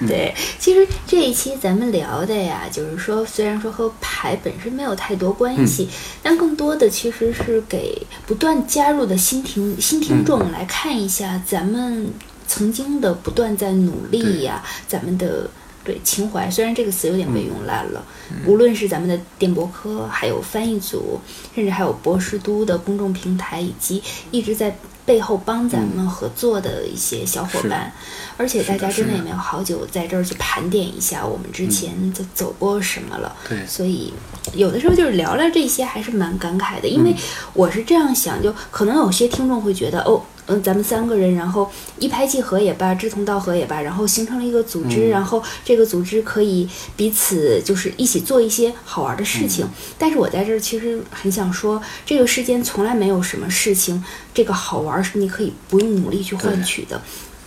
对，其实这一期咱们聊的呀，就是说，虽然说和牌本身没有太多关系，但更多的其实是给不断加入的新听新听众来看一下咱们曾经的不断在努力呀、咱们的。对情怀，虽然这个词有点被用烂了，无论是咱们的电博科，还有翻译组，甚至还有博士都的公众平台，以及一直在背后帮咱们合作的一些小伙
是
伴，而且大家
是
真的
的嗯
也没有好久在这儿去盘点一下我们之前走走过什么了。
对
所以有的时候就是聊
嗯
聊这些还是蛮感慨的，因为我是这样想，就可能有些听众会觉得哦。嗯、咱们三个人，然后一拍即合也罢，志同道合也罢，然后形成了一个组
嗯
织，然后这个组织可以彼此就是一起做一些好玩的
嗯
事情。但是我在这儿其实很想说，这个世间从来没有什么事情，这个好玩是你可以不用努力去换
对
取的。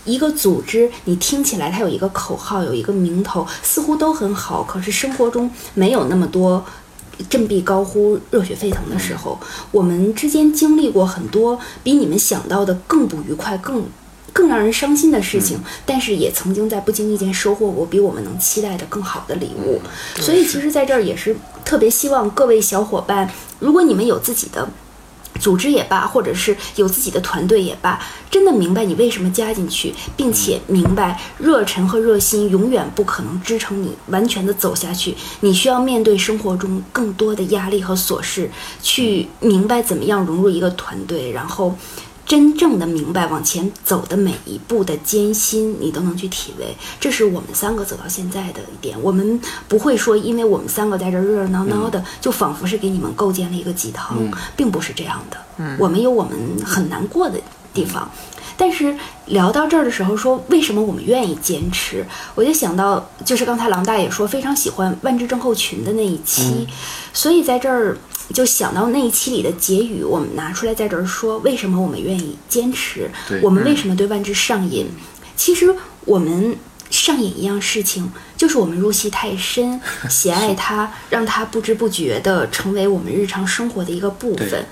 一个组织，你听起来它有一个口号，有一个名头，似乎都很好，可是生活中没有那么多振臂高呼、热血沸腾的时候。我们之间经历过很多比你们想到的更不愉快、更更让人伤心的事情，但是也曾经在不经意间收获过比我们能期待的更好的礼物。所以，其实在这儿也是特别希望各位小伙伴，如果你们有自己的组织也罢，或者是有自己的团队也罢，真的明白你为什么加进去，并且明白热忱和热心永远不可能支撑你完全的走下去。你需要面对生活中更多的压力和琐事，去明白怎么样融入一个团队，然后真正的明白往前走的每一步的艰辛，你都能去体味。这是我们三个走到现在的一点。我们不会说，因为我们三个在这儿热热闹闹的，就仿佛是给你们构建了一个鸡汤，并不是这样的。我们有我们很难过的地方。但是聊到这儿的时候说，为什么我们愿意坚持？我就想到，就是刚才狼大爷说非常喜欢万智症候群的那一期，所以在这儿就想到那一期里的结语，我们拿出来在这儿说，为什么我们愿意坚持
对？
我们为什么对万智上瘾？其实我们上瘾一样事情，就是我们入戏太深，喜爱它，让它不知不觉地成为我们日常生活的一个部分
对，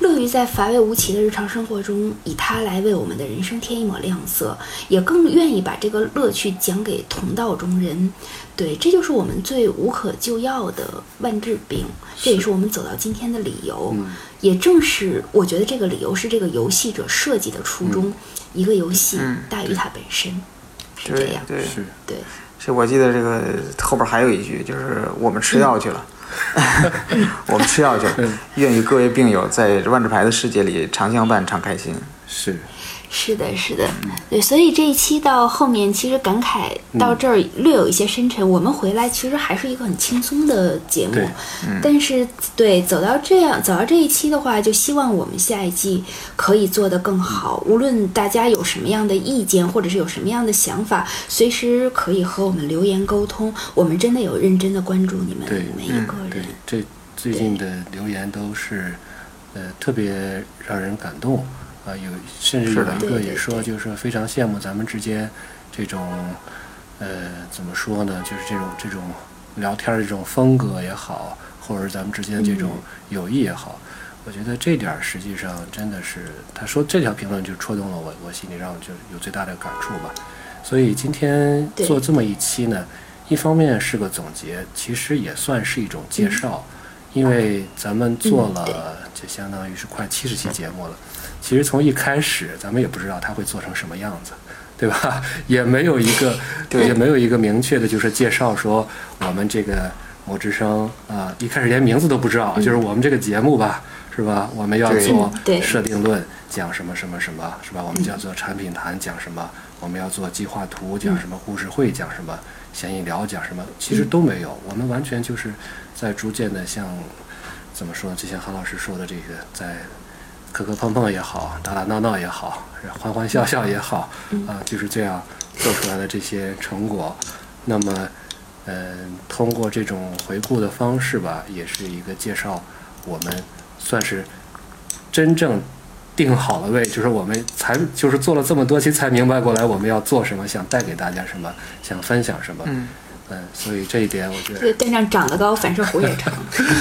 乐于在乏味无奇的日常生活中，以它来为我们的人生添一抹亮色，也更愿意把这个乐趣讲给同道中人。对，这就是我们最无可救药的万治病，这也是我们走到今天的理由。
嗯
也正是我觉得这个理由是这个游戏者设计的初
嗯
衷，一个游戏大于它本身，是这
对
样。
对，
是
对，
是我记得这个后边还有一句，就是我们吃药去了，我们吃药去了。愿与各位病友在万智牌的世界里常相伴，常开心。
是，
是的，是的，对，所以这一期到后面，其实感慨
嗯
到这儿略有一些深沉。我们回来其实还是一个很轻松的节目
对，嗯
但是对走到这样走到这一期的话，就希望我们下一季可以做得更好。无论大家有什么样的意见，或者是有什么样的想法，随时可以和我们留言沟通。我们真的有认真的关注你们
对嗯
每一个
对
人。，
这最近的留言都是，呃，特别让人感动啊、有甚至
是
有
的
一
对
个
对
也说，就是说非常羡慕咱们之间这种，呃，怎么说呢？就是这种这种聊天儿这种风格也好，或者是咱们之间这种
嗯
友谊也好。我觉得这点儿实际上真的是，他说这条评论就戳动了我，我心里让就有最大的感触吧。所以今天
对
做这么一期呢，一方面是个总结，其实也算是一种介绍，因为咱们做了就相当于是快七十期节目了。其实从一开始，咱们也不知道它会做成什么样子，对吧？也没有一个，
对
也没有一个明确的，就是介绍说我们这个某之声啊、一开始连名字都不知道，就是我们这个节目吧，是吧？我们
嗯
要
对
做
嗯对
设定论，讲什么什么什么，是吧？我们就要做产品谈，讲什么？我们要做计划
嗯
图，讲什么？故事会讲什么？闲一聊讲什么？其实都没有，我们完全就是在逐渐的向怎么说？就像韩老师说的，这个在磕磕碰碰也好，打打闹闹也好，欢欢笑笑也好，啊、就是这样做出来的这些成果。那么，嗯、通过这种回顾的方式吧，也是一个介绍我们算是真正定好了位，就是我们才就是做了这么多期才明白过来我们要做什么，想带给大家什么，想分享什么。嗯所以这一点我觉
对，
得，
队长长得高，反射弧也 长。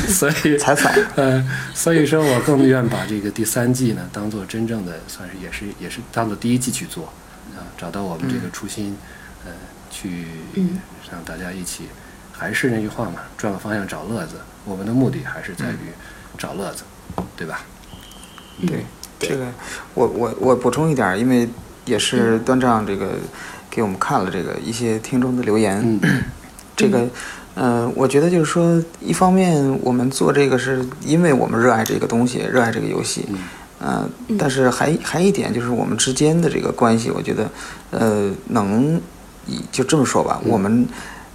所以
采访，
呃，所以说我更愿把这个第三季呢，当做真正的算是也是也是当做第一季去做，啊，找到我们这个初心，呃，去
嗯
让大家一起，还是那句话嘛，转个方向找乐子，我们的目的还是
嗯
在于找乐子，对吧？
对，这个我我我补充一点儿，因为也是端丈这个给我们看了这个一些听众的留言，
嗯，
这个，呃，我觉得就是说，一方面我们做这个是因为我们热爱这个东西，热爱这个游戏，
嗯
呃，但是还还一点就是我们之间的这个关系，我觉得，呃，能
嗯
以就这么说吧，我们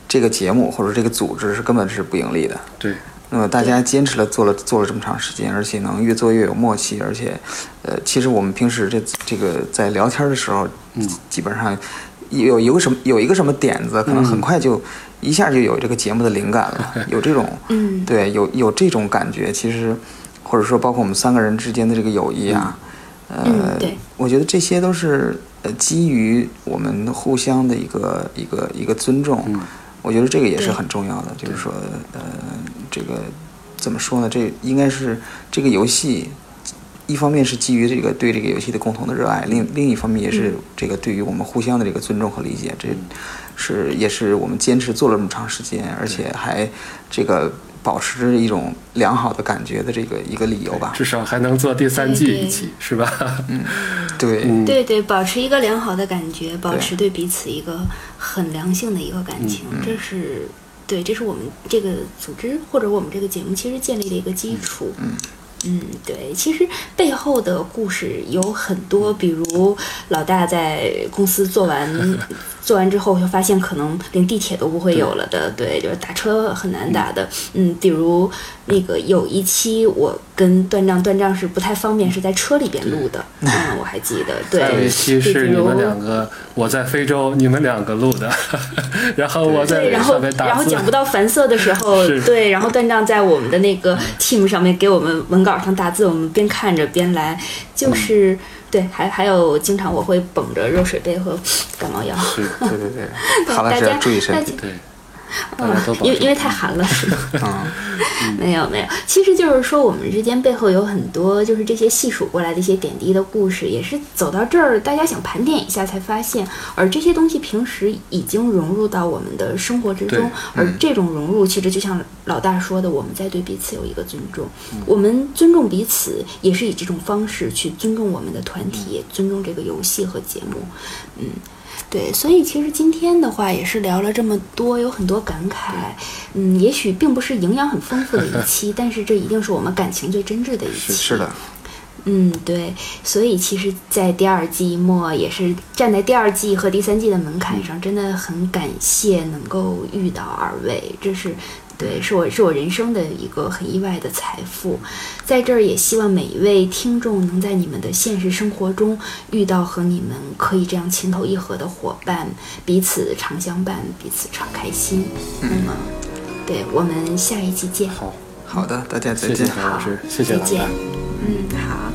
这个节目或者这个组织是根本是不盈利的，
对，
那么大家坚持了做了做了这么长时间，而且能越做越有默契，而且，呃，其实我们平时这这个在聊天的时候，
嗯
基本上有有个什么有一个什么点子，
嗯
可能很快就、一下就有这个节目的灵感了， 有这种，
嗯
对，有有这种感觉，其实或者说包括我们三个人之间的这个友谊啊，呃
嗯，对
我觉得这些都是呃基于我们互相的一个一个一个尊重，
嗯
我觉得这个也是
对
很重要的，就是说呃这个怎么说呢？这应该是这个游戏。一方面是基于这个对这个游戏的共同的热
嗯
爱，另另一方面也是这个对于我们互相的这个尊重和理解，这
嗯
是也是我们坚持做了这么长时间，而且还这个保持着一种良好的感觉的这个一个理由吧。
至少还能做第三季
对对
一起，是吧？
对，
嗯
对对，保持一个良好的感觉，保
对
持对彼此一个很良性的一个感情，这是对，这是我们这个组织或者我们这个节目其实建立的一个基础。嗯对，其实背后的故事有很
嗯
多，比如老大在公司做 完做完之后，就发现可能连地铁都不会有了的，对，就是打车很难打的，嗯，比如那个有一期我跟段丈，段丈是不太方便，是在车里边录的，嗯，我还记 得，对，
嗯还有一期是你们两
个。
个，我在非洲，你们两个录的， 然后我在
对，然后
上面
然
打
后
字，
讲不到樊色的时候
是，
对，然后段丈在我们的那个 team 上面给我们文稿上打字，我们边看着边来，
嗯
就是、对，还还有经常我会捧着热水杯和感冒药，
是，
对 对对，哈拉
大
是要
家
注意身
大
体
家。
对，大
嗯
家都，保
因为
重
因为太寒了，是吗？
嗯，
没有没有，其实就是说我们之间背后有很多就是这些细数过来的一些点滴的故事，也是走到这儿，大家想盘点一下才发现，而这些东西平时已经融入到我们的生活之
对
中，而这种融入其实就像老大说的，我们在对彼此有一个尊重，我们尊重彼此，也是以这种方式去尊重我们的团体，也尊重这个游戏和节目，嗯。对，所以其实今天的话也是聊了这么多，有很多感慨。嗯，也许并不是营养很丰富的一 期，但是这一定是我们感情最真挚的一期。
是的，
嗯，对，所以其实，在第二季末也是站在第二季和第三季的门槛上，真的很感谢能够遇到二位，这是对，是我是我人生的一个很意外的财富。在这儿也希望每一位听众能在你们的现实生活中遇到和你们可以这样情投意合的伙伴，彼此常相伴，彼此常开心。嗯，对我们下一期见，
好，
好的，大家再
谢谢
见。
白老师，谢谢
再
老
见
大。。
嗯，好。